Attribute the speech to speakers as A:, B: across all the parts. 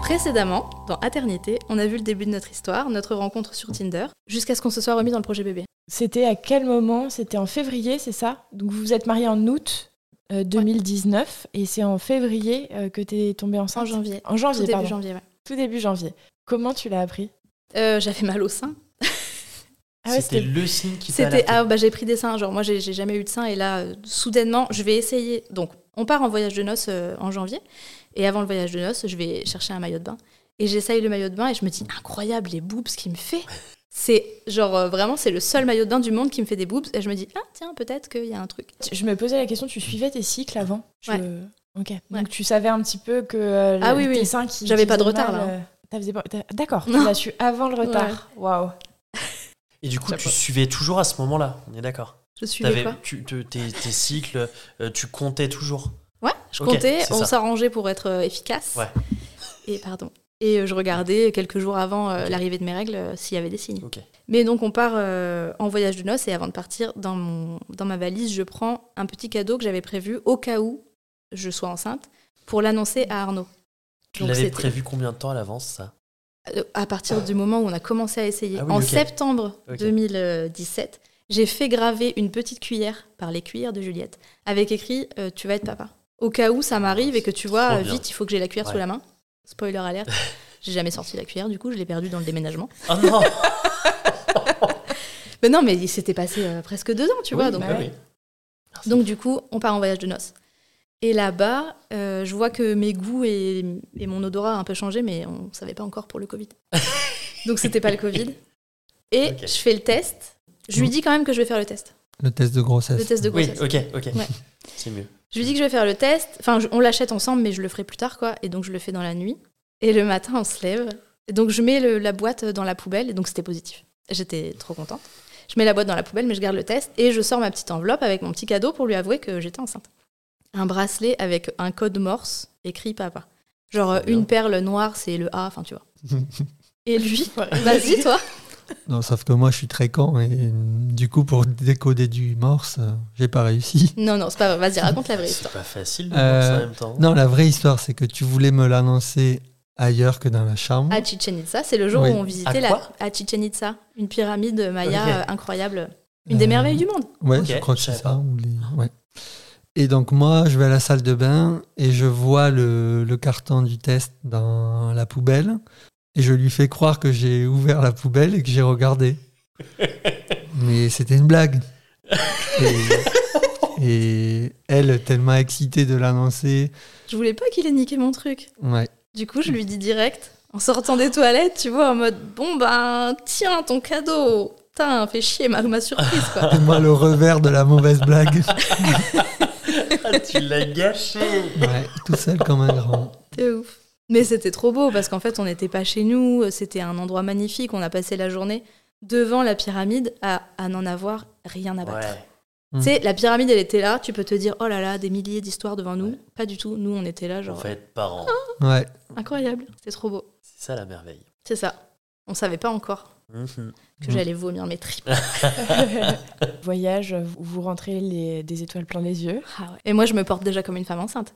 A: Précédemment, dans Aternité, on a vu le début de notre histoire, notre rencontre sur Tinder, jusqu'à ce qu'on se soit remis dans le projet bébé.
B: C'était à quel moment C'était en février, c'est ça Donc vous vous êtes mariés en août euh, 2019 et c'est en février euh, que tu es tombée enceinte
A: En janvier.
B: En
C: Ah,
B: janvier,
A: Tout début
B: pardon.
A: janvier, ouais.
B: Tout début janvier. Comment tu l'as appris
A: Euh, J'avais mal au sein.
B: Ah ouais,
C: c'était
B: c'était
C: le signe qui t'a
A: C'était
C: alerté.
A: ah bah j'ai pris des seins. Genre moi j'ai j'ai jamais eu de seins et là euh, soudainement je vais essayer. Donc on part en voyage de noces euh, en janvier et avant le voyage de noces je vais chercher un maillot de bain et j'essaye le maillot de bain et je me dis incroyable les boobs qu'il me fait. C'est genre euh, vraiment c'est le seul maillot de bain du monde qui me fait des boobs et je me dis ah tiens peut-être qu'il y a un truc.
B: Je me posais la question, tu suivais tes cycles avant Tu-
A: Ouais.
B: Ok.
A: Ouais.
B: Donc tu savais un petit peu que euh,
A: Ah
B: le-
A: oui, oui.
B: tes seins qui.
A: J'avais
B: qui
A: pas de
B: faisaient
A: retard,
B: mal,
A: là,
B: euh, t'as faisait pas- t'as- D'accord, tu
A: Non.
B: l'as su avant le retard. Waouh.
C: Et du coup,
B: Ça
C: tu
B: peut-
C: suivais toujours à ce moment-là, on est d'accord
A: Je suivais
C: T'avais-
A: quoi
C: tu- te- Tes tes cycles, euh, tu comptais toujours.
A: Ouais, je
C: Ok,
A: comptais,
C: c'est
A: on
C: ça.
A: s'arrangeait pour être euh, efficace.
C: Ouais.
A: Et pardon. Et euh, je regardais quelques jours avant euh, l'arrivée de mes règles euh, s'il y avait des signes.
C: Ok.
A: Mais donc on part euh, en voyage de noces et avant de partir dans mon dans ma valise, je prends un petit cadeau que j'avais prévu au cas où je sois enceinte pour l'annoncer à Arnaud.
C: Tu
A: Donc,
C: l'avais
A: c'était-
C: prévu combien de temps à l'avance, ça
A: Euh, à partir du moment où on a commencé à essayer.
C: Ah oui,
A: en
C: ok.
A: septembre
C: Ok.
A: 2017, j'ai fait graver une petite cuillère par les cuillères de Juliette avec écrit euh, Tu vas être papa. Au cas où ça m'arrive et que tu vois,
C: Trop
A: euh,
C: bien.
A: vite, il faut que j'ai la cuillère
C: Ouais.
A: sous la main. Spoiler alerte. J'ai jamais sorti la cuillère, du coup, je l'ai perdue dans le déménagement.
C: Ah non
A: Mais non, mais il s'était passé euh, presque deux ans, tu vois.
C: Oui,
A: Donc,
C: bah
B: ouais.
C: oui. Merci.
A: donc, du coup, on part en voyage de noces. Et là-bas, euh, je vois que mes goûts et, et mon odorat a un peu changé, mais on ne savait pas encore pour le Covid. donc, c'était pas le Covid. Et
C: Ok. Mmh.
A: je fais le test. Je lui dis quand même que je vais faire le test.
D: Le test de grossesse.
A: Le test de
C: Oui,
A: grossesse.
C: ok, ok.
A: Ouais.
C: C'est mieux.
A: Je lui dis que je vais faire le test. Enfin, je- on l'achète ensemble, mais je le ferai plus tard, quoi. Et donc, je le fais dans la nuit. Et le matin, on se lève. Et donc, je mets le- la boîte dans la poubelle. Et donc, c'était positif. J'étais trop contente. Je mets la boîte dans la poubelle, mais je garde le test. Et je sors ma petite enveloppe avec mon petit cadeau pour lui avouer que j'étais enceinte. Un bracelet avec un code morse écrit papa. Genre, euh,
C: Bien.
A: une perle noire, c'est le A. Enfin, tu vois. Et lui, vas-y, toi.
D: Non, sauf que moi, je suis très con et euh, du coup, pour décoder du morse, euh, j'ai pas réussi.
A: Non, non, c'est pas vrai. Vas-y, raconte la vraie
C: C'est
A: histoire.
C: pas facile de
D: Euh,
C: penser en même temps.
D: Non, la vraie histoire, c'est que tu voulais me l'annoncer ailleurs que dans la chambre.
A: À Chichen Itza, c'est le jour
D: Oui.
A: où on visitait
C: À quoi
A: la, à Chichen Itza, une pyramide maya
C: Ok.
A: euh, incroyable, une des
D: Euh,
A: merveilles du monde.
D: Ouais,
C: Ok,
D: je crois que
C: je
D: c'est
C: savais
D: ça. ou
A: Uh-huh.
D: les- ouais. Et donc, moi, je vais à la salle de bain et je vois le, le carton du test dans la poubelle et je lui fais croire que j'ai ouvert la poubelle et que j'ai regardé. Mais c'était une blague. Et, et elle, tellement excitée de l'annoncer,
A: Je voulais pas qu'il ait niqué mon truc.
D: ouais.
A: Du coup, je lui dis direct, en sortant des toilettes, tu vois, en mode bon ben tiens ton cadeau, putain fais chier ma, ma surprise quoi.
D: Et moi, le revers de la mauvaise blague.
C: Ah, tu l'as gâché
D: Ouais, tout seul comme un grand.
A: T'es ouf. Mais c'était trop beau parce qu'en fait on n'était pas chez nous, euh, c'était un endroit magnifique, on a passé la journée devant la pyramide à, à n'en avoir rien à battre.
C: Ouais.
A: Tu sais, la pyramide, elle était là. Tu peux te dire, oh là là, des milliers d'histoires devant nous. Pas du tout. Nous, on était là,
C: On
A: genre, Hein
C: va être parents.
D: Ouais.
A: incroyable. C'est trop beau.
C: C'est ça la merveille.
A: C'est ça. On savait pas encore
C: Mhm.
A: que
D: Mm.
A: j'allais vomir mes tripes.
B: Voyage, vous vous rentrez les- des étoiles plein les yeux.
A: Ah ouais. Et moi, je me porte déjà comme une femme enceinte.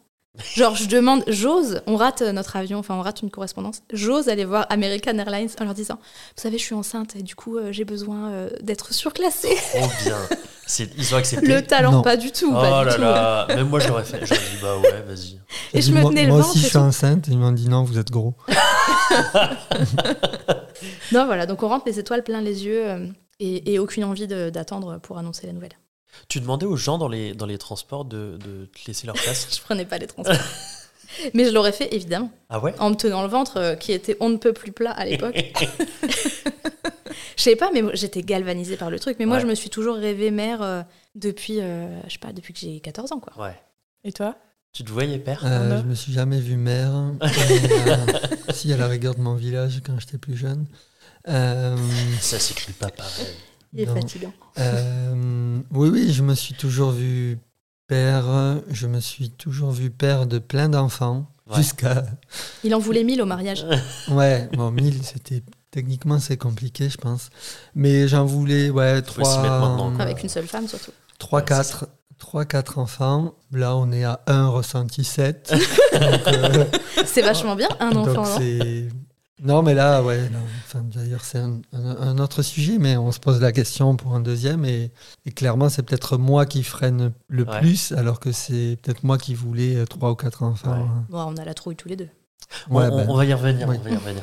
A: Genre, je demande, j'ose, on rate euh, notre avion, enfin, on rate une correspondance. J'ose aller voir American Airlines en leur disant, vous savez, je suis enceinte et du coup, euh, j'ai besoin euh, d'être surclassée.
C: Trop Oh, bien. C'est- Ils ont accepté.
A: Le talent,
D: Oh, Non.
A: pas du tout.
C: oh
A: pas du
C: là
A: tout.
C: là. Même moi, je l'aurais fait. J'aurais dit, bah ouais, vas-y.
A: Et je me
D: Moi-
A: tenais le
D: Moi
A: ventre
D: aussi, je
A: et
D: suis
A: tout.
D: enceinte. Ils m'ont dit non, vous êtes gros.
A: Non, voilà, donc on rentre les étoiles plein les yeux euh, et, et aucune envie de- d'attendre pour annoncer la nouvelle.
C: Tu demandais aux gens dans les, dans les transports de, de te laisser leur place
A: Je prenais pas les transports. Mais je l'aurais fait, évidemment,
C: Ah ouais
A: en me tenant le ventre, euh, qui était on ne peut plus plat à l'époque. Je sais pas, mais moi, j'étais galvanisée par le truc. Mais moi,
C: Ouais.
A: je me suis toujours rêvée mère euh, depuis, euh, je sais pas, depuis que j'ai 14 ans, quoi.
C: Ouais.
B: Et toi
C: Tu te voyais père
D: Euh,
B: Arnaud
D: je me suis jamais vu mère. Euh, si à la rigueur de mon village quand j'étais plus jeune. Euh,
C: Ça s'écrit pas pareil.
A: Il est
D: non.
A: fatigant.
D: Euh, oui, oui, je me suis toujours vu père. Je me suis toujours vu père de plein d'enfants.
C: Ouais.
D: Jusqu'à.
A: Il en voulait mille au mariage.
D: Ouais, bon, 1000, c'était. Techniquement, c'est compliqué, je pense. Mais j'en voulais, ouais, euh,
C: Faut s'y mettre maintenant,
D: 3,
C: quoi.
A: Avec une seule femme, surtout.
D: 3,
C: Ouais, c'est
D: 4, 3, 4 enfants. Là, on est à 1 ressenti 7. Donc, euh,
A: C'est vachement bien, un
D: Donc,
A: enfant, non
D: c'est- Non, mais là, ouais. non. Enfin, D'ailleurs, c'est un, un- un autre sujet, mais on se pose la question pour un deuxième. Et, et clairement, c'est peut-être moi qui freine le
C: Ouais.
D: plus, alors que c'est peut-être moi qui voulais euh, trois ou quatre enfants.
A: hein. Bon, on a la trouille tous les deux.
C: On,
D: Ouais,
C: on-
D: ben,
C: on va y revenir.
D: oui.
C: on va y revenir.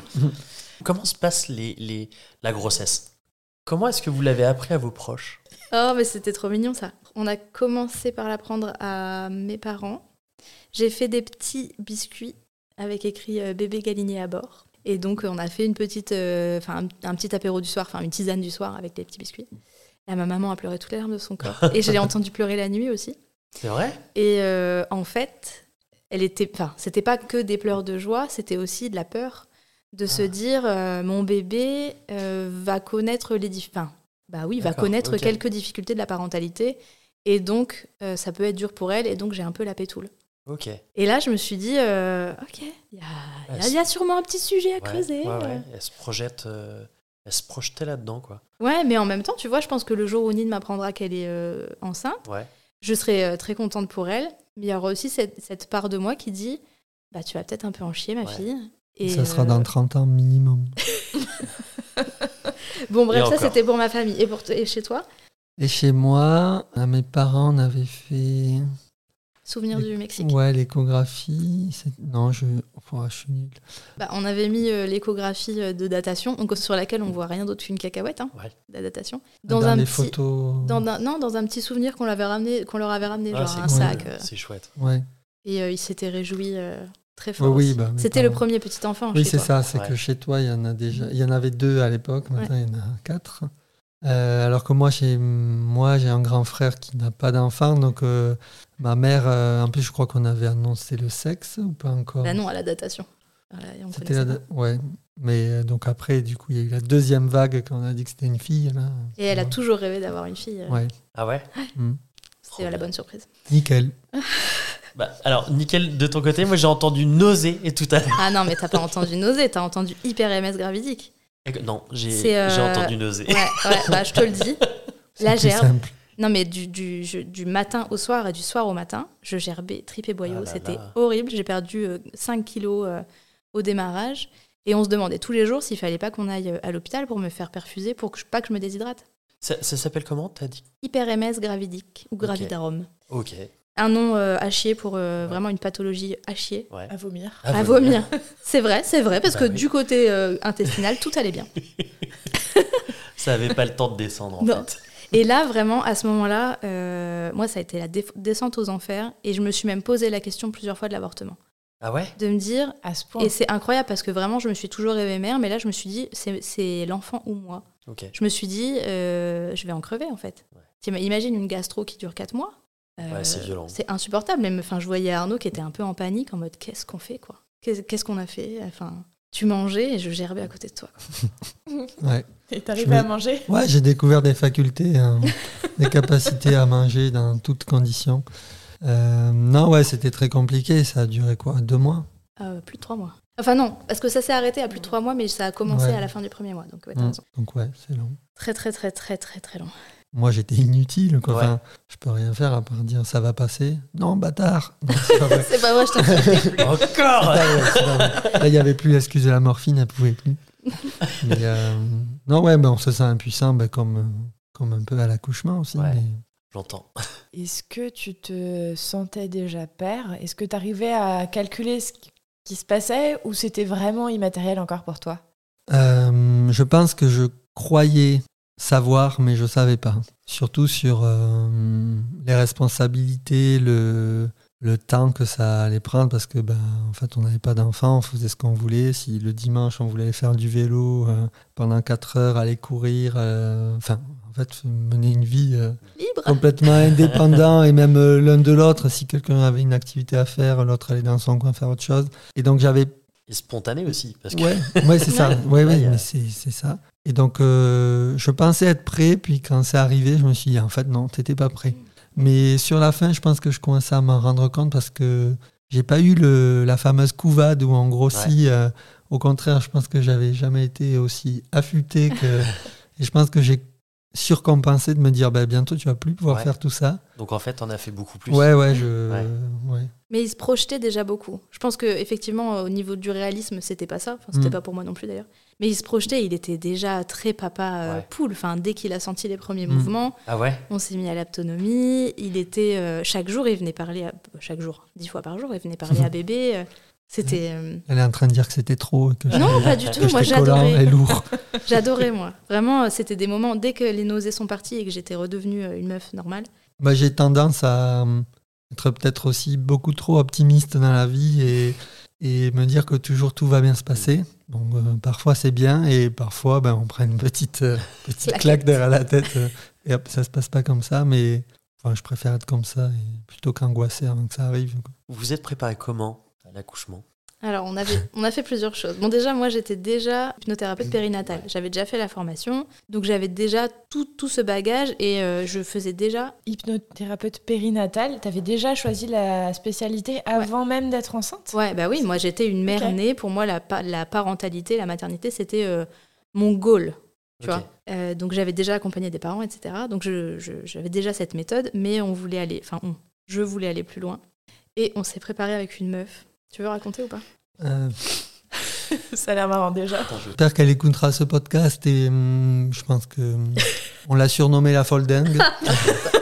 C: Comment se passe les, les- la grossesse Comment est-ce que vous l'avez appris à vos proches
A: Oh, mais c'était trop mignon ça. On a commencé par l'apprendre à mes parents. J'ai fait des petits biscuits avec écrit euh, bébé galinier à bord. Et donc, euh, on a fait une petite, euh, enfin un, un petit apéro du soir, enfin une tisane du soir avec des petits biscuits. Et ma maman a pleuré toutes les larmes de son corps. Et je l'ai entendue pleurer la nuit aussi.
C: C'est vrai
A: Et euh, en fait, elle était, enfin, c'était pas que des pleurs de joie, c'était aussi de la peur de se
C: Ah.
A: dire euh, mon bébé euh, va connaître les dif- enfin, bah oui, va
C: D'accord,
A: connaître
C: ok.
A: quelques difficultés de la parentalité et donc euh, ça peut être dur pour elle et donc j'ai un peu la pétoule.
C: Ok.
A: Et là, je me suis dit euh, ok, il y, a- il y a- il y a sûrement un petit sujet à
C: Ah, Ouais,
A: creuser.
C: ouais, ouais.
A: euh.
C: Elle se projette. euh, elle se projetait là-dedans, quoi.
A: Ouais, mais en même temps, tu vois, je pense que le jour où Nid m'apprendra qu'elle est euh, enceinte.
C: Ouais.
A: je serai euh, très contente pour elle. Mais il y aura aussi cette, cette part de moi qui dit bah, Tu vas peut-être un peu en chier, ma
C: Ouais.
A: fille. Et,
D: ça sera
A: euh,
D: dans 30 ans minimum.
A: Bon, bref,
C: Et
A: ça
C: encore.
A: c'était pour ma famille. Et, pour t- et chez toi
D: Et chez moi, à mes parents, on avait fait.
A: Souvenir
D: Les-
A: du Mexique.
D: Ouais, l'échographie. c'est- Non, je. Ouah, je suis nul.
A: Bah, on avait mis euh, l'échographie euh, de datation, donc, sur laquelle on voit rien d'autre qu'une cacahuète, hein,
C: Ouais.
A: de la datation.
D: Dans,
A: Dans, un
D: les
A: petit.
D: photos.
A: Dans un- non, dans un petit souvenir qu'on l'avait ramené, qu'on leur avait ramené,
C: Ah,
A: genre
C: c'est
A: un
C: cool,
A: sac. euh,
C: C'est chouette.
D: Ouais.
A: et euh, ils s'étaient réjouis euh, très fort.
D: Oui, oui,
A: aussi.
D: bah, mes
A: c'était le
D: parents.
A: premier petit enfant.
D: Oui,
A: chez
D: c'est
A: toi. Mm.
D: ça. C'est
C: Ouais.
D: que chez toi, il y en a déjà. Il y en avait deux à l'époque. Maintenant, il y en a quatre. Euh, alors que moi, j'ai moi, j'ai un grand frère qui n'a pas d'enfant. Donc, euh, ma mère. euh, en plus, je crois qu'on avait annoncé le sexe ou pas encore.
A: Bah non, à la datation. Voilà, et on
D: C'était
A: connaissait
D: la-
A: pas.
D: ouais. Mais euh, donc après, du coup, il y a eu la deuxième vague quand on a dit que c'était une fille. Là.
A: Et elle a toujours rêvé d'avoir une fille. euh,
D: Ouais.
C: Ah ouais Trop
A: C'était la
C: bien.
A: bonne surprise.
D: Nickel.
C: Bah, alors, nickel de ton côté. Moi, j'ai entendu nauser et tout à l'heure.
A: Ah non, mais t'as pas entendu nausée, t'as entendu hyper MS gravidique.
C: Non, j'ai
A: C'est, euh,
C: j'ai entendu nauser.
A: Ouais, ouais, bah, je te le dis.
D: C'est
A: La
D: plus
A: gerbe.
D: simple.
A: Non, mais du, du, je- du matin au soir et du soir au matin, je gerbais tripé boyau.
C: Ah là
A: C'était
C: là.
A: horrible. J'ai perdu euh, 5 kilos euh, au démarrage. Et on se demandait tous les jours s'il fallait pas qu'on aille euh, à l'hôpital pour me faire perfuser, pour que je, pas que je me déshydrate.
C: Ça, ça s'appelle comment T'as dit
A: Hyper MS gravidique ou gravidarum.
C: Ok.
A: Un nom euh, à chier pour euh,
C: Ouais.
A: vraiment une pathologie à chier.
C: Ouais.
B: À vomir.
A: à vomir. C'est vrai, c'est vrai, parce
C: Bah
A: que
C: oui.
A: du côté euh, intestinal, tout allait bien.
C: Ça avait pas le temps de descendre en
A: Non.
C: fait.
A: Et là, vraiment, à ce moment-là, euh, moi, ça a été la déf- descente aux enfers. Et je me suis même posé la question plusieurs fois de l'avortement.
C: Ah ouais
A: De me dire,
B: À ce point.
A: et c'est incroyable parce que vraiment, je me suis toujours rêvée mère, mais là, je me suis dit, c'est- c'est l'enfant ou moi.
C: Ok.
A: Je me suis dit, euh, je vais en crever, en fait.
C: Ouais.
A: T'im- Imagine une gastro qui dure 4 mois. Euh,
C: Ouais, c'est violent.
A: C'est insupportable. Même, enfin, je voyais Arnaud qui était un peu en panique, en mode, qu'est-ce qu'on fait, quoi Qu'est- Qu'est-ce qu'on a fait Enfin, tu mangeais et je gerbais à côté de toi. quoi.
D: Ouais.
B: Et
D: je
B: t'arrivais
D: me-
B: à manger
D: Ouais, j'ai découvert des facultés, hein, des capacités à manger dans toutes conditions. Euh, non, ouais, c'était très compliqué. Ça a duré quoi Deux mois
A: Euh, plus de 3 mois. Enfin, non, parce que ça s'est arrêté à plus de 3 mois, mais ça a commencé
D: Ouais.
A: à la fin du premier mois. Donc, ouais, t'as
D: Mm.
A: raison.
D: Donc, ouais, c'est long.
A: Très très très très très très long.
D: Moi, j'étais inutile. Quoi.
C: Ouais.
D: Enfin, je peux rien faire à part dire ça va passer. Non, bâtard Non, c'est pas vrai.
A: C'est pas vrai, je t'en
C: Encore
D: Ah ouais, c'est pas vrai. Là, il n'y avait plus l'excuse de la morphine, elle ne pouvait plus. Mais, euh, non, ouais, ben, on se sent impuissant ben, comme, euh, comme un peu à l'accouchement aussi.
C: Ouais.
D: mais-
C: J'entends.
B: Est-ce que tu te sentais déjà père Est-ce que tu arrivais à calculer ce qui se passait ou c'était vraiment immatériel encore pour toi
D: Euh, je pense que je croyais savoir, mais je savais pas. Surtout sur euh, les responsabilités, le, le temps que ça allait prendre, parce que ben, en fait, on n'avait pas d'enfant, on faisait ce qu'on voulait. Si le dimanche, on voulait aller faire du vélo euh, pendant 4 heures, aller courir, euh, enfin, en fait, fait mener une vie euh,
A: Libre
D: complètement indépendant et même euh, l'un de l'autre. Si quelqu'un avait une activité à faire, l'autre allait dans son coin faire autre chose. Et donc j'avais
C: Et spontané aussi. Parce que
D: Ouais, ouais, c'est ça. Ouais, ouais,
C: Ouais, euh.
D: mais c'est c'est ça. Et donc, euh, je pensais être prêt, puis quand c'est arrivé, je me suis dit, en fait, non, t'étais pas prêt. Mais sur la fin, je pense que je commençais à m'en rendre compte parce que j'ai pas eu le, la fameuse couvade où, en gros, si, euh, au contraire, je pense que j'avais jamais été aussi affûté que. et je pense que j'ai surcompensé de me dire, bah, bientôt, tu vas plus pouvoir
C: Ouais.
D: faire tout ça.
C: Donc en fait, on a fait beaucoup plus.
D: Ouais, ouais, je.
C: Ouais.
D: ouais.
A: Mais il se projetait déjà beaucoup. Je pense que effectivement, euh, au niveau du réalisme, c'était pas ça. Enfin, c'était
D: Mm.
A: pas pour moi non plus d'ailleurs. Mais il se projetait. Il était déjà très papa euh,
C: Ouais.
A: poule. Enfin, dès qu'il a senti les premiers
D: Mm.
A: mouvements,
C: Ah ouais
A: on s'est mis à l'aptonomie. Il était euh, chaque jour, il venait parler à chaque jour, dix fois par jour, il venait parler à bébé. euh, C'était euh,
D: Elle est en train de dire que c'était trop, que
A: non, pas du tout.
D: que
A: Moi,
D: j'étais collant
A: j'adorais.
D: et lourd.
A: J'adorais moi. Vraiment, euh, c'était des moments dès que les nausées sont parties et que j'étais redevenue euh, une meuf normale.
D: Bah, j'ai tendance à euh, être peut-être aussi beaucoup trop optimiste dans la vie et, et me dire que toujours tout va bien se passer. Donc, euh, parfois c'est bien et parfois ben, on prend une petite, euh, petite
A: Claquette.
D: claque derrière la tête euh, et hop, ça se passe pas comme ça. Mais enfin, je préfère être comme ça et- plutôt qu'angoissé avant que ça arrive. quoi.
C: Vous vous êtes préparé comment à l'accouchement
A: Alors, on, avait, on a fait plusieurs choses. Bon, déjà, moi, j'étais déjà hypnothérapeute périnatale. J'avais déjà fait la formation, donc j'avais déjà tout, tout ce bagage et euh, je faisais déjà.
B: Hypnothérapeute périnatale, t'avais déjà choisi la spécialité avant même d'être enceinte
A: Ouais, bah oui, moi, j'étais une mère
B: Ok.
A: née. Pour moi, la, pa- la parentalité, la maternité, c'était euh, mon goal. Tu
C: Ok.
A: vois Euh, donc j'avais déjà accompagné des parents, etc. Donc je- je- j'avais déjà cette méthode, mais on voulait aller, enfin on, je voulais aller plus loin. Et on s'est préparé avec une meuf. Tu veux raconter ou pas
D: Euh,
B: Ça a l'air marrant déjà.
C: Attends, je-
D: J'espère qu'elle écoutera ce podcast et hum, je pense que hum, on l'a surnommée la folle dingue.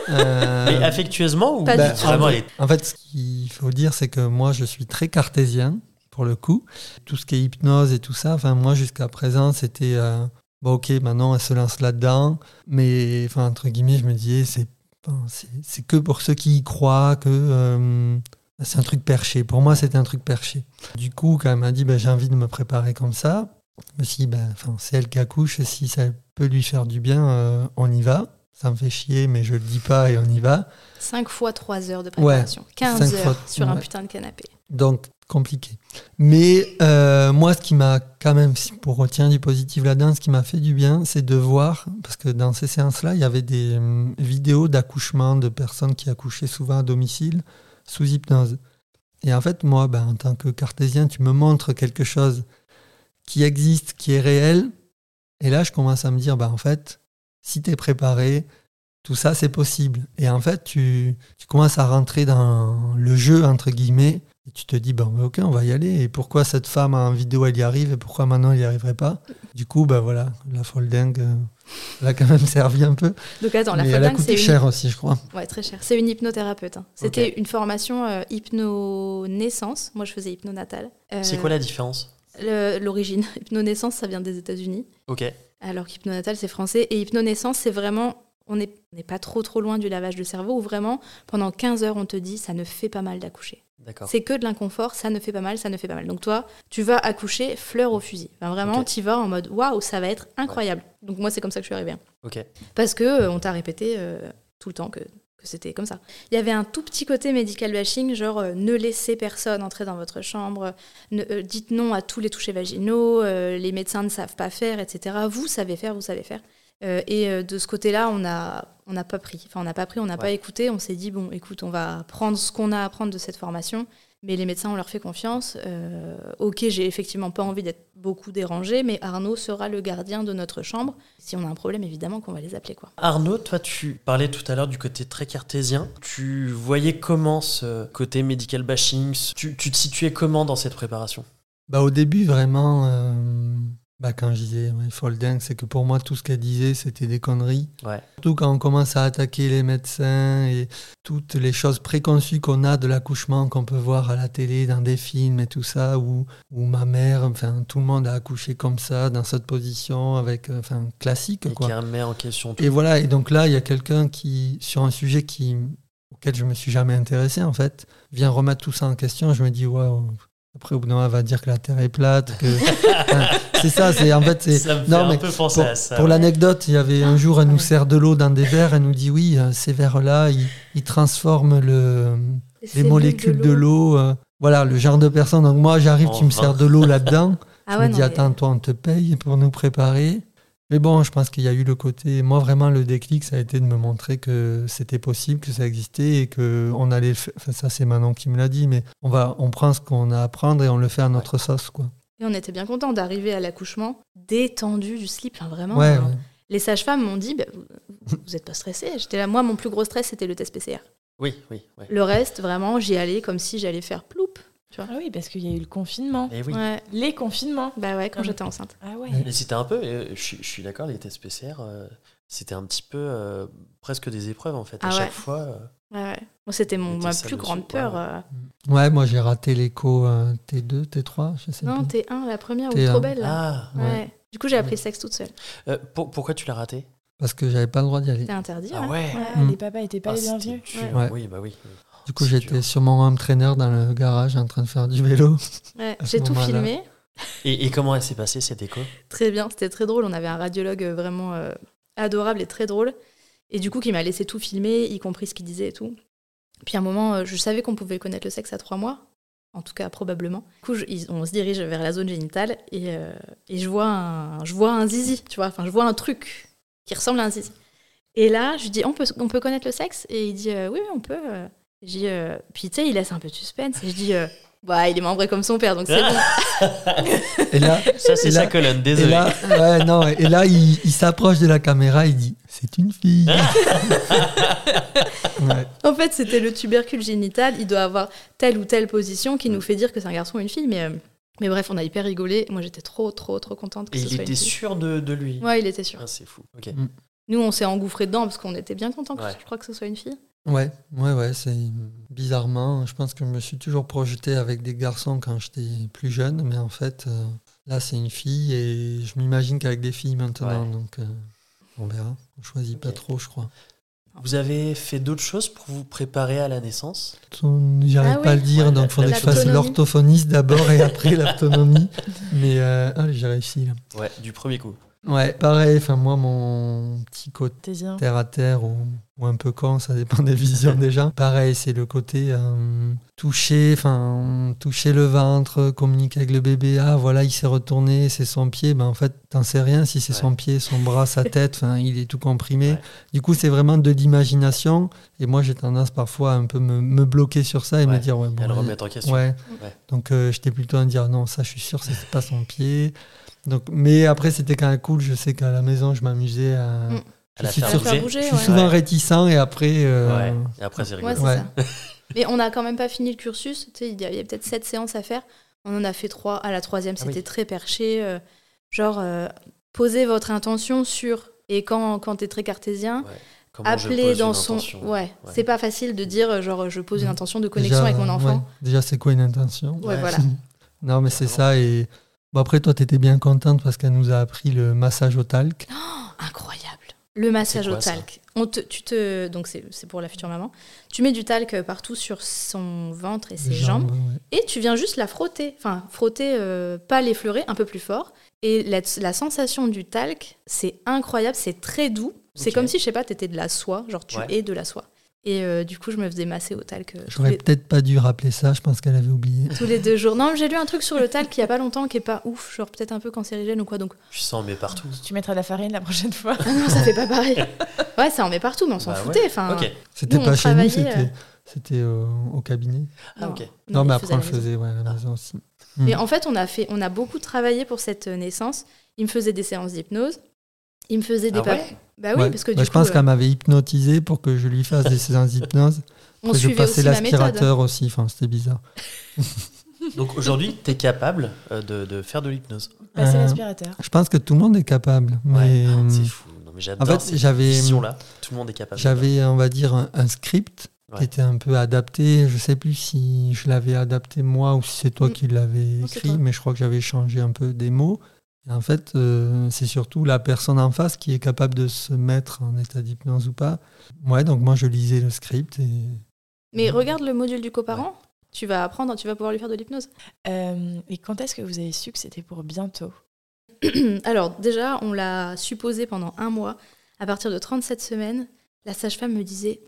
D: Euh,
C: Mais affectueusement ou
A: Pas
D: Ben,
A: du tout.
C: vraiment
D: en,
C: elle
D: fait, en fait, ce qu'il faut dire, c'est que moi, je suis très cartésien, pour le coup. Tout ce qui est hypnose et tout ça, enfin, moi, jusqu'à présent, c'était... euh, bon, ok, maintenant, elle se lance là-dedans. Mais, enfin, entre guillemets, je me disais, c'est enfin, c'est- c'est que pour ceux qui y croient, que... euh, c'est un truc perché. Pour moi, c'était un truc perché. Du coup, quand elle m'a dit, ben, j'ai envie de me préparer comme ça, je me suis dit, ben, enfin, c'est elle qui accouche, si ça peut lui faire du bien, euh, on y va. Ça me fait chier, mais je le dis pas et on y va.
A: 5 fois 3 heures de
D: Ouais,
A: préparation. 15
D: cinq
A: heures
D: fois-
A: sur un
D: ouais.
A: putain de canapé.
D: Donc, compliqué. Mais euh, moi, ce qui m'a quand même, si pour retirer du positif là-dedans, ce qui m'a fait du bien, c'est de voir, parce que dans ces séances-là, il y avait des hum, vidéos d'accouchement de personnes qui accouchaient souvent à domicile sous hypnose. Et en fait, moi, ben, en tant que cartésien, tu me montres quelque chose qui existe, qui est réel. Et là, je commence à me dire, ben, en fait, si tu es préparé, tout ça, c'est possible. Et en fait, tu, tu commences à rentrer dans le jeu, entre guillemets, et tu te dis, ben ben, ok, on va y aller. Et pourquoi cette femme en vidéo, elle y arrive, et pourquoi maintenant, elle n'y arriverait pas Du coup, ben voilà, la folle dingue, euh, elle a quand même servi un peu.
A: Donc attends, la
D: Mais
A: folle
D: elle a
A: dingue,
D: coûté
A: c'est une...
D: cher aussi, je crois.
A: Ouais, très cher. C'est une hypnothérapeute. hein. C'était une formation euh, hypno-naissance. Moi, je faisais hypno-natale. Euh,
C: C'est quoi la différence
A: le- L'origine. Hypno-naissance, ça vient des États-Unis.
C: Ok.
A: Alors qu'hypnonatal, c'est français. Et hypnonaissance, c'est vraiment. On n'est on n'est pas trop trop loin du lavage de cerveau où vraiment, pendant 15 heures, on te dit ça ne fait pas mal d'accoucher.
C: D'accord.
A: C'est que de l'inconfort, ça ne fait pas mal, ça ne fait pas mal. Donc toi, tu vas accoucher fleur au fusil. Enfin, vraiment,
C: Ok.
A: tu vas en mode waouh, ça va être incroyable. Donc moi, c'est comme ça que je suis arrivée. hein.
C: Ok.
A: Parce que euh, on t'a répété euh, tout le temps que, que c'était comme ça. Il y avait un tout petit côté médical bashing, genre euh, ne laissez personne entrer dans votre chambre, ne- euh, dites non à tous les touchés vaginaux, euh, les médecins ne savent pas faire, etc. Vous savez faire, vous savez faire. Euh, et euh, de ce côté-là, on n'a on n'a pas pris. Enfin, on n'a pas pris, on n'a pas
C: Ouais.
A: écouté. On s'est dit, bon, écoute, on va prendre ce qu'on a à prendre de cette formation. Mais les médecins, on leur fait confiance. Euh, ok, j'ai effectivement pas envie d'être beaucoup dérangée, mais Arnaud sera le gardien de notre chambre. Si on a un problème, évidemment qu'on va les appeler, quoi.
C: Arnaud, toi, tu parlais tout à l'heure du côté très cartésien. Tu voyais comment ce côté médical bashing ce- tu, tu te situais comment dans cette préparation
D: Bah, au début, vraiment, euh, bah, quand je disais ouais, folle dingue, c'est que pour moi, tout ce qu'elle disait, c'était des conneries.
C: Ouais.
D: Surtout quand on commence à attaquer les médecins et toutes les choses préconçues qu'on a de l'accouchement, qu'on peut voir à la télé, dans des films et tout ça, où, où ma mère, enfin, tout le monde a accouché comme ça, dans cette position, avec, euh, enfin, classique,
C: Et
D: quoi.
C: qui remet en question tout.
D: Et voilà, et donc là, il y a quelqu'un qui, sur un sujet qui, auquel je me suis jamais intéressé, en fait, vient remettre tout ça en question. Je me dis, waouh, Après, au bout d'un moment, elle va dire que la Terre est plate. que- Enfin, c'est ça, c'est en fait. c'est-
C: Ça me fait
D: non,
C: un
D: mais
C: peu penser
D: pour,
C: à ça.
D: pour
C: ouais.
D: l'anecdote, il y avait un jour, elle nous sert de l'eau dans des verres. Elle nous dit oui, euh, ces verres-là, ils, ils transforment le, les molécules de l'eau. euh, voilà, le genre de personne. Donc, moi, j'arrive, tu me
C: Enfin.
D: sers de l'eau là-dedans.
A: Ah
D: je
A: ouais,
D: me
A: non,
D: dis,
A: mais-
D: attends, toi, on te paye pour nous préparer. Mais bon, je pense qu'il y a eu le côté. Moi, vraiment, le déclic, ça a été de me montrer que c'était possible, que ça existait et que on allait le faire. Enfin, ça, c'est Manon qui me l'a dit, mais on, va, on prend ce qu'on a à prendre et on le fait à notre sauce, quoi.
A: Et on était bien contents d'arriver à l'accouchement détendu du slip. Enfin, vraiment.
D: ouais,
A: euh,
D: ouais.
A: Les sages-femmes m'ont dit, bah, vous- vous n'êtes pas stressé. J'étais là, moi, mon plus gros stress, c'était le test PCR.
C: Oui, oui. Ouais.
A: Le reste, vraiment, j'y allais comme si j'allais faire ploup.
B: Ah oui, parce qu'il y a eu le confinement.
C: Mais Eh oui.
A: Ouais,
B: Les confinements.
A: bah ouais, quand
B: Comme-
A: j'étais enceinte.
B: Ah ouais.
D: Ouais.
C: Mais c'était un peu, euh, je, suis- je suis d'accord, les tests PCR, euh, c'était un petit peu euh, presque des épreuves en fait. À
A: Ah
C: chaque
A: ouais.
C: fois, euh,
A: Ouais, ouais. Moi, c'était mon,
C: C'était
A: ma
C: ça,
A: plus
C: le
A: grande
C: truc,
A: peur.
C: ouais,
A: euh.
D: Ouais, moi, j'ai raté l'écho euh, T2, T3, je sais
A: Non,
D: plus.
A: t'es un, la première, ou
D: T'es
A: trop
D: un.
A: belle. Là.
C: ah,
A: ouais.
D: ouais.
A: Du coup, j'ai appris le sexe toute seule.
C: euh, pour- pourquoi tu l'as raté
D: Parce que j'avais pas le droit d'y aller.
A: C'était interdit.
C: Ah
A: hein.
C: ouais,
B: Ah,
D: Mm.
B: Les papas étaient pas
C: Ah,
B: les
C: c'était
B: bienvenus.
C: dur.
A: Ouais.
D: Ouais.
C: Oui, bah oui.
D: Du coup,
C: C'est
D: j'étais
C: dur.
D: sur mon home trainer dans le garage en train de faire du vélo.
A: Ouais,
D: À ce
A: J'ai tout
D: moment-là.
A: filmé.
C: Et, et comment elle s'est passée cette écho
A: Très bien, c'était très drôle. On avait un radiologue euh, vraiment euh, adorable et très drôle. Et du coup, qui m'a laissé tout filmer, y compris ce qu'il disait et tout. Puis à un moment, euh, je savais qu'on pouvait connaître le sexe à trois mois. En tout cas, probablement. Du coup, je- ils- on se dirige vers la zone génitale et, euh, et je, vois un, je vois un zizi, tu vois. Enfin, je vois un truc qui ressemble à un zizi. Et là, je lui dis, on peut, on peut connaître le sexe Et il dit, euh, oui, oui, on peut. euh. J'ai, dit, euh, Puis tu sais, il laisse un peu de suspense. Et je dis, euh, bah, il est membré comme son père, donc c'est bon.
D: Et là,
C: Ça, c'est
D: Et
C: sa
D: là-
C: colonne,
D: Et
C: désolé.
D: là, ouais, non, et là il, il s'approche de la caméra, il dit C'est une fille.
C: Ah.
D: Ouais.
A: En fait, c'était le tubercule génital. Il doit avoir telle ou telle position
C: Mm.
A: qui nous fait dire que c'est un garçon ou une fille. Mais, euh, mais bref, on a hyper rigolé. Moi, j'étais trop, trop, trop contente que
C: et
A: ce
C: il
A: soit
C: était
A: une fille.
C: sûr de, de lui.
A: Ouais, il était sûr.
C: Ah, c'est fou. Ok.
A: Nous, on s'est engouffré dedans parce qu'on était bien contents que
C: Ouais.
A: je crois que ce soit une fille.
D: ouais, ouais, ouais, c'est bizarrement. Je pense que je me suis toujours projeté avec des garçons quand j'étais plus jeune, mais en fait, euh, là, c'est une fille et je m'imagine qu'avec des filles maintenant.
C: Ouais.
D: Donc, euh, on verra. On choisit pas
C: Ok.
D: trop, je crois.
C: Vous avez fait d'autres choses pour vous préparer à la naissance
D: J'arrive
A: Ah
D: pas à
A: oui.
D: le dire,
C: Ouais,
D: donc
C: la-
D: il faudrait que je fasse
A: l'autonomie.
D: l'orthophoniste d'abord et après l'autonomie. Mais euh, allez, j'ai réussi là.
C: Ouais, du premier coup.
D: Ouais, pareil, enfin, moi, mon petit côté.
B: Désir.
D: terre à terre ou, ou un peu con, ça dépend des visions des gens. Pareil, c'est le côté euh, toucher, enfin toucher le ventre, communiquer avec le bébé. Ah voilà, il s'est retourné, c'est son pied. Ben en fait, t'en sais rien si c'est
C: Ouais.
D: son pied, son bras, sa tête. Enfin, il est tout comprimé.
C: Ouais.
D: Du coup, c'est vraiment de l'imagination. Et moi, j'ai tendance parfois à un peu me, me bloquer sur ça et
C: Ouais,
D: me dire ouais bon.
C: à le
D: allez,
C: remettre en question.
D: Ouais.
C: Ouais.
D: Donc euh, j'étais plutôt à me dire non, ça je suis sûr, c'est pas son pied. Donc, mais après c'était quand même cool. Je sais qu'à la maison je m'amusais à.
A: Mm.
C: À la
D: Je suis
C: faire
D: sûr-
C: bouger.
A: bouger,
D: Je suis
A: ouais.
D: souvent réticent et après. euh,
C: Ouais. Et après, c'est
A: Ouais,
C: rigolo.
A: c'est
D: Ouais.
A: ça. Mais on n'a quand même pas fini le cursus. Tu sais, il y a- il y a, peut-être sept séances à faire. On en a fait trois. À la troisième,
C: Ah oui.
A: c'était très perché. euh, genre, euh, posez votre intention sur. Et quand, quand tu es très cartésien,
C: Comment je
A: appelez
C: pose
A: dans
C: une
A: son.
C: intention
A: Ouais, c'est pas facile de dire, euh, genre, je pose une
D: Mm.
A: intention de connexion
D: déjà,
A: avec mon
D: ouais.
A: enfant.
D: Déjà, c'est quoi une intention
A: Ouais,
C: Ouais.
A: voilà.
D: Non, mais c'est
C: Vraiment.
D: ça. Et bon, après, toi, t'étais bien contente parce qu'elle nous a appris le massage au talc.
A: Ah, Incroyable. Le massage
C: C'est quoi,
A: au
C: ça
A: talc. On te, tu te, donc c'est c'est pour la future maman. Tu mets du talc partout sur son ventre et ses
D: Les
A: jambes.
D: ouais, ouais.
A: Et tu viens juste la frotter. Enfin, frotter, euh, pas l'effleurer, un peu plus fort. Et la, la sensation du talc, c'est incroyable, c'est très doux. C'est
C: Ok.
A: comme si, je sais pas, t'étais de la soie, genre tu
C: Ouais.
A: es de la soie. Et euh, du coup, je me faisais masser au talc euh, tous
D: J'aurais
A: les,
D: peut-être pas dû rappeler ça. Je pense qu'elle avait oublié.
A: tous les deux jours. Non, mais j'ai lu un truc sur le talc il y a pas longtemps qui est pas ouf, genre peut-être un peu cancérigène ou quoi. Donc, ah
C: Tu sens, mais partout.
B: Tu mettras de la farine la prochaine fois.
D: Euh.
A: non, ça fait pas pareil. Ouais, ça en met partout, mais on s'en
C: Bah ouais.
A: foutait. Enfin,
C: Ok.
D: C'était
A: Nous, on
D: pas chez nous,
A: travaillait, euh,
D: c'était. C'était au, au cabinet.
C: Ah, ok.
D: Non, mais
A: il
D: après on le
A: faisait à la maison.
D: faisait, ouais, à la
C: Ah.
D: maison aussi.
A: Mais
D: Mm.
A: en fait, on a, fait, on a beaucoup travaillé pour cette euh, naissance. Il me faisait des séances d'hypnose. Il me faisait des
C: Ah ouais
A: pap- Bah oui,
D: Ouais.
A: parce que
D: Bah,
A: du
D: je
A: coup,
D: pense
A: euh,
D: qu'elle m'avait hypnotisé pour que je lui fasse des séances d'hypnose.
A: euh, on
D: Après, je
A: suivait aussi
D: passais
A: ma méthode.
D: l'aspirateur aussi. Enfin, c'était bizarre.
C: Donc aujourd'hui, tu es capable euh, de, de faire de l'hypnose.
B: Passer
D: Euh,
B: l'aspirateur.
D: Je pense que tout le monde est capable. Mais
A: Ah,
C: Ouais. Ah,
D: euh,
C: C'est fou. Non, mais
D: en
C: j'adore
D: fait,
C: cette
D: j'avais. euh,
C: vision-là. Tout le monde est capable. de faire.
D: J'avais, on va dire, un, un script
C: Ouais.
D: qui était un peu adapté. Je sais plus si je l'avais adapté moi ou si c'est toi
A: Mm.
D: qui l'avais
A: Non, c'est
D: écrit,
A: toi.
D: mais je crois que j'avais changé un peu des mots. Et en fait, euh, c'est surtout la personne en face qui est capable de se mettre en état d'hypnose ou pas. Ouais, donc moi je lisais le script et
A: Mais regarde le module du coparent. Tu vas apprendre, tu vas pouvoir lui faire de l'hypnose.
B: Euh, et quand est-ce que vous avez su que c'était pour bientôt
A: Alors déjà, on l'a supposé pendant un mois. À partir de 37 semaines, la sage-femme me disait,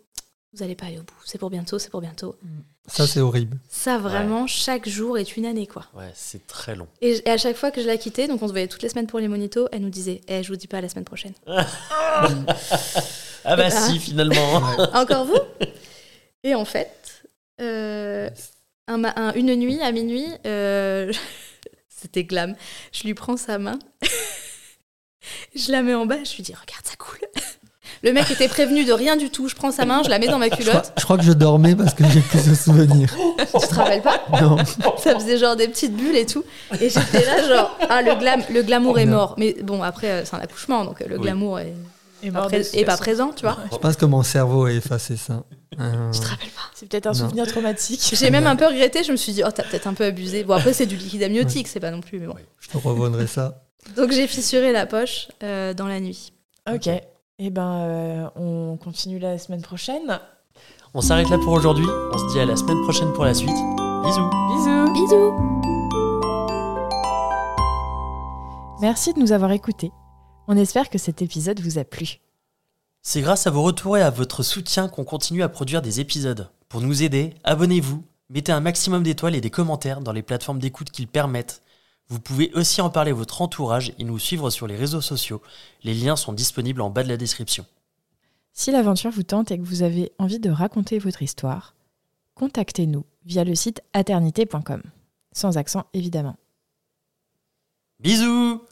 A: vous allez pas aller au bout, c'est pour bientôt, c'est pour bientôt.
D: Ça, c'est horrible.
A: Ça, vraiment, chaque jour est une année, quoi.
C: Ouais, c'est très long.
A: Et, j- et à chaque fois que je la quittais, donc on se voyait toutes les semaines pour les monitos, elle nous disait, eh, je vous dis pas à la semaine prochaine.
C: Ah bah
A: bah.
C: si, finalement.
A: Encore vous Et en fait, euh, un ma- un- une nuit, à minuit, euh, c'était glam, je lui prends sa main, je la mets en bas, je lui dis Regarde, ça coule Le mec était prévenu de rien du tout, je prends sa main, je la mets dans ma
D: Je crois,
A: culotte,
D: je crois que je dormais parce que j'ai plus de souvenirs.
A: tu te rappelles pas
D: Non.
A: Ça faisait genre des petites bulles et tout. Et j'étais là, genre, ah, le, glam, le glamour est
D: Non.
A: mort. Mais bon, après, euh, c'est un accouchement, donc euh, le
C: Oui.
A: glamour est,
B: Et bah
A: pas, pré- est pas présent, tu vois.
D: Je pense que mon cerveau a effacé ça. Euh,
A: Je te rappelle pas.
B: C'est peut-être un
D: Non.
B: souvenir traumatique.
A: J'ai même un peu regretté, je me suis dit, oh, t'as peut-être un peu abusé. Bon, après, c'est du liquide amniotique, c'est pas non plus, mais bon.
C: Ouais.
D: je te revaudrai ça.
A: Donc, j'ai fissuré la poche euh, dans la nuit.
B: Ok. Eh ben, euh, on continue la semaine prochaine.
C: On s'arrête là pour aujourd'hui. On se dit à la semaine prochaine pour la suite. Bisous.
B: Bisous.
A: Bisous
B: Merci de nous avoir écoutés. On espère que cet épisode vous a plu.
C: C'est grâce à vos retours et à votre soutien qu'on continue à produire des épisodes. Pour nous aider, abonnez-vous, mettez un maximum d'étoiles et des commentaires dans les plateformes d'écoute qui le permettent. Vous pouvez aussi en parler à votre entourage et nous suivre sur les réseaux sociaux. Les liens sont disponibles en bas de la description.
B: Si l'aventure vous tente et que vous avez envie de raconter votre histoire, contactez-nous via le site aternité.com. Sans accent, évidemment.
C: Bisous